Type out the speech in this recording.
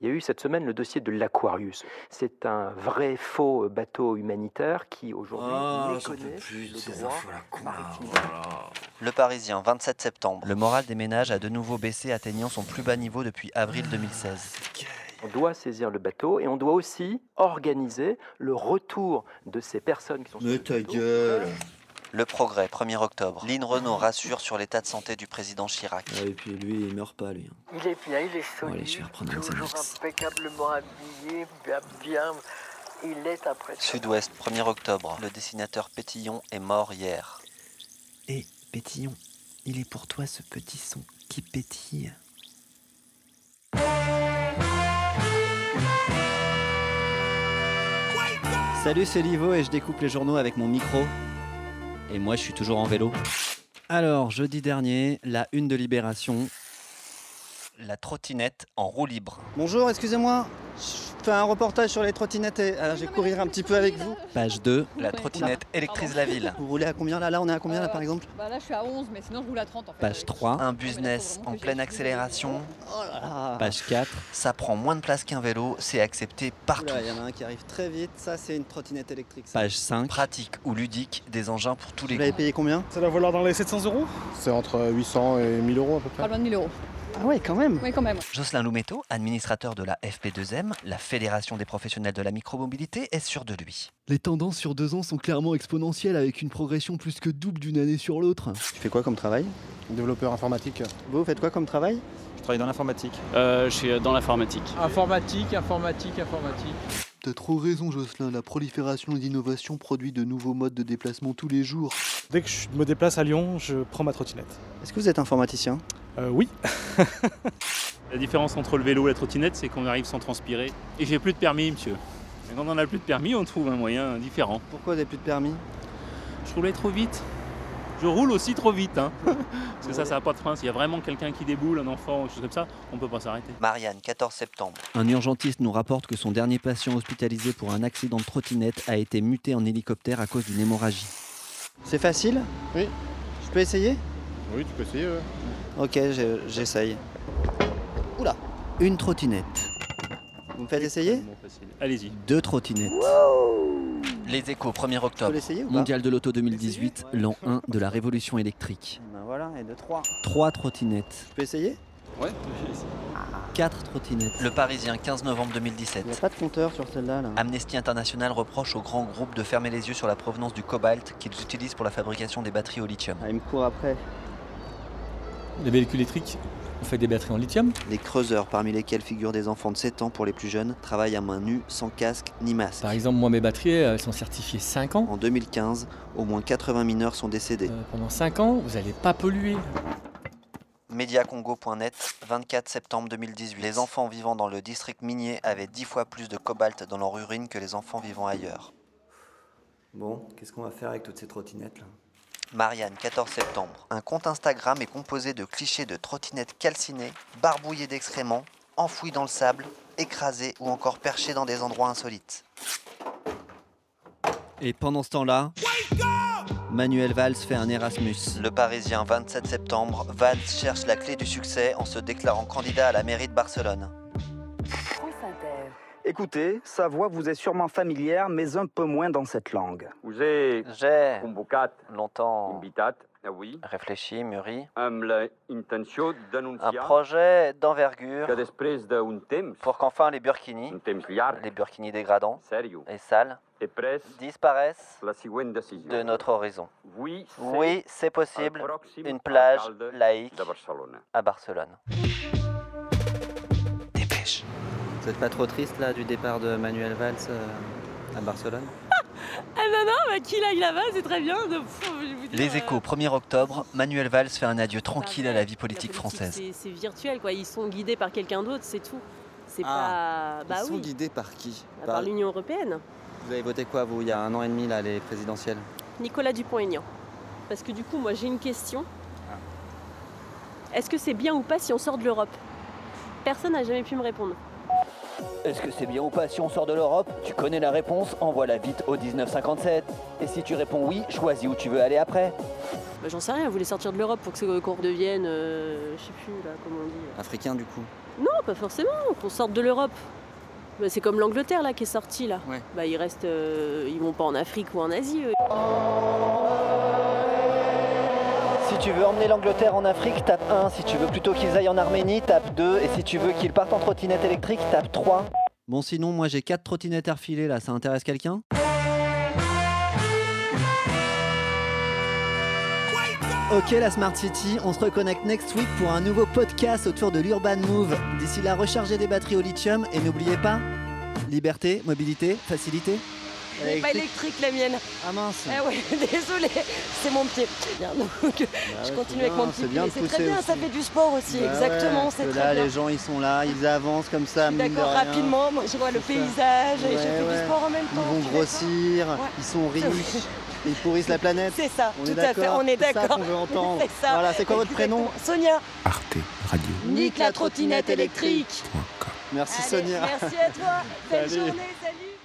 Il y a eu cette semaine le dossier de l'Aquarius. C'est un vrai faux euh, bateau humanitaire qui aujourd'hui Ah, j'en peux méconnaît plus de le ces droit infos à la con, oh là, maritime. voilà. Le Parisien, 27 septembre. Le moral des ménages a de nouveau baissé, atteignant son plus bas niveau depuis avril 2016. On doit saisir le bateau et on doit aussi organiser le retour de ces personnes qui sont sur Mais ce ta bateau. gueule Le Progrès, 1er octobre. Lynn Renault rassure sur l'état de santé du président Chirac. Ah, Et puis lui, il meurt pas, lui. hein. Il est bien, il est Bon, solide. allez, je vais reprendre un toujours Xanax. impeccablement habillé, bien, bien. Il est après ça. Sud-Ouest, 1er octobre. Le dessinateur Pétillon est mort hier. Hé, pétillon, il est pour toi ce petit son qui pétille. Salut, c'est Livo et je découpe les journaux avec mon micro. Et moi, je suis toujours en vélo. Alors, jeudi dernier, la une de Libération. La trottinette en roue libre. Bonjour, excusez-moi. Je fais un reportage sur les trottinettes et alors, je vais courir un petit peu avec vous. Page 2, La trottinette électrise la ville. Vous roulez à combien là Là, on est à combien là par exemple Bah là, je suis à 11, mais sinon, je roule à 30 en fait. page 3, Un business en pleine accélération, Oh là là page 4, ça prend moins de place qu'un vélo, c'est accepté partout. Oula, Il y en a un qui arrive très vite. Ça, c'est une trottinette électrique. ça. page 5, Pratique ou ludique, des engins pour tous Vous les l'avez goûts. payé combien Ça la voilà dans les 700 euros C'est entre 800 et 1000 euros à peu près. Pas loin de 1000 euros. Ah ouais, quand même. Oui, quand même. Jocelyn Loumeto, administrateur de la FP2M, la Fédération des professionnels de la micromobilité, est sûr de lui. Les tendances sur deux ans sont clairement exponentielles avec une progression plus que double d'une année sur l'autre. Tu fais quoi comme travail Développeur informatique. Vous, vous faites quoi comme travail Je travaille dans l'informatique. je suis euh, dans l'informatique. Informatique, informatique, informatique. T'as trop raison, Jocelyn. La prolifération et l'innovation produit de nouveaux modes de déplacement tous les jours. Dès que je me déplace à Lyon, je prends ma trottinette. Est-ce que vous êtes informaticien Euh, oui. La différence entre le vélo et la trottinette, c'est qu'on arrive sans transpirer. Et j'ai plus de permis, monsieur. Et quand on n'a plus de permis, on trouve un moyen différent. Pourquoi vous n'avez plus de permis Je roulais trop vite. Je roule aussi trop vite. hein. Parce que ça, ça n'a pas de frein. S'il y a vraiment quelqu'un qui déboule, un enfant, quelque chose comme ça, on peut pas s'arrêter. Marianne, 14 septembre. un urgentiste nous rapporte que son dernier patient hospitalisé pour un accident de trottinette a été muté en hélicoptère à cause d'une hémorragie. C'est facile Oui. Je peux essayer Oui, tu peux essayer. ouais. Ok, je- j'essaye. Une trottinette, Vous me faites essayer Allez-y. deux trottinettes. Les échos, 1er Je peux octobre. l'essayer ou pas Mondial de l'auto 2018, l'an 1 de la révolution électrique. Ben voilà, et de 3. Trois trottinettes, Je peux essayer quatre trottinettes. Le Parisien, 15 novembre Il n'y a 2017. pas de compteur sur celle-là. Là. Amnesty International reproche aux grands groupes de fermer les yeux sur la provenance du cobalt qu'ils utilisent pour la fabrication des batteries au lithium. Ah, il me court après. Les véhicules électriques, on fait des batteries en lithium. Des creuseurs, parmi lesquels figurent des enfants de 7 ans pour les plus jeunes, travaillent à main nue, sans casque ni masque. Par exemple, moi, mes batteries, elles sont certifiées 5 ans. En 2015, au moins 80 mineurs sont décédés. Euh, pendant 5 ans, vous n'allez pas polluer. Mediacongo.net, 24 septembre 2018. Les enfants vivant dans le district minier avaient 10 fois plus de cobalt dans leur urine que les enfants vivant ailleurs. Bon, qu'est-ce qu'on va faire avec toutes ces trottinettes là Marianne, 14 septembre. Un compte Instagram est composé de clichés de trottinettes calcinées, barbouillées d'excréments, enfouies dans le sable, écrasées ou encore perchées dans des endroits insolites. Et pendant ce temps-là, Manuel Valls fait un Erasmus. Le Parisien, 27 septembre. Valls cherche la clé du succès en se déclarant candidat à la mairie de Barcelone. Écoutez, sa voix vous est sûrement familière, mais un peu moins dans cette langue. J'ai J'ai convocat, longtemps invitat, oui, réfléchi, mûri, la intention un projet d'envergure després d'un temps, pour qu'enfin les burkinis, temps llarg, les burkinis dégradants sérieux, et sales, et pres disparaissent la següent décision. de notre horizon. Oui, Oui, c'est possible, possible, une plage laïque Barcelone. à Barcelone. Dépêche. Vous n'êtes pas trop triste là du départ de Manuel Valls euh, à Barcelone Ah non, non, bah qui là, il là-bas, c'est très bien. de- pff, je vais vous dire, Les euh, échos, 1er octobre, Manuel Valls fait un adieu bah, tranquille ouais, à la vie politique française. c'est- C'est virtuel, quoi. Ils sont guidés par quelqu'un d'autre, c'est tout. C'est Ah, pas. Bah Ils sont oui, guidés par qui par, Par- l'Union européenne. Vous avez voté quoi vous il y a un an et demi là les présidentielles Nicolas Dupont-Aignan. Parce que du coup, moi, j'ai une question. Est-ce que c'est bien ou pas si on sort de l'Europe Personne n'a jamais pu me répondre. Est-ce que c'est bien ou pas si on sort de l'Europe Tu connais la réponse, envoie-la vite au 1957. Et si tu réponds oui, choisis où tu veux aller après. Bah, J'en sais rien, vous voulez sortir de l'Europe pour que ce- qu'on redevienne, euh, je sais plus là comment on dit. Africain du coup Non, pas forcément, qu'on sorte de l'Europe. Bah, C'est comme l'Angleterre là qui est sortie là. Ouais. Bah ils restent, euh, ils vont pas en Afrique ou en Asie. eux. Si tu veux emmener l'Angleterre en Afrique, tape 1. Si tu veux plutôt qu'ils aillent en Arménie, tape 2. Et si tu veux qu'ils partent en trottinette électrique, tape 3. Bon, sinon, moi j'ai quatre trottinettes à refiler là, ça intéresse quelqu'un Ok, la Smart City, on se reconnecte next week pour un nouveau podcast autour de l'Urban Move. D'ici là, rechargez des batteries au lithium et n'oubliez pas liberté, mobilité, facilité. Elle n'est Eh, pas électrique la mienne. Bah, Ah mince Ah ouais, désolé, c'est mon pied. Bien, donc, je Bah ouais, continue c'est avec mon bien, petit c'est pied. bien de C'est très pousser bien, ça aussi. fait du sport aussi, Bah exactement, ouais, c'est que très là, bien. les gens ils sont là, ils avancent comme ça, mine de D'accord, rien. rapidement, moi, je vois le paysage et je Ouais, fais ouais. du sport en même Ils temps. je vont suis grossir, Ouais. ils sont riches, C'est vrai. ils pourrissent la planète. d'accord. C'est ça, On est tout à fait, d'accord, on est c'est ça d'accord. qu'on veut entendre. C'est ça. Voilà, c'est quoi votre Exactement. prénom Sonia. Arte Radio. Nique la trottinette électrique. Merci Allez, Sonia. Merci à toi. Belle Salut. journée, salut.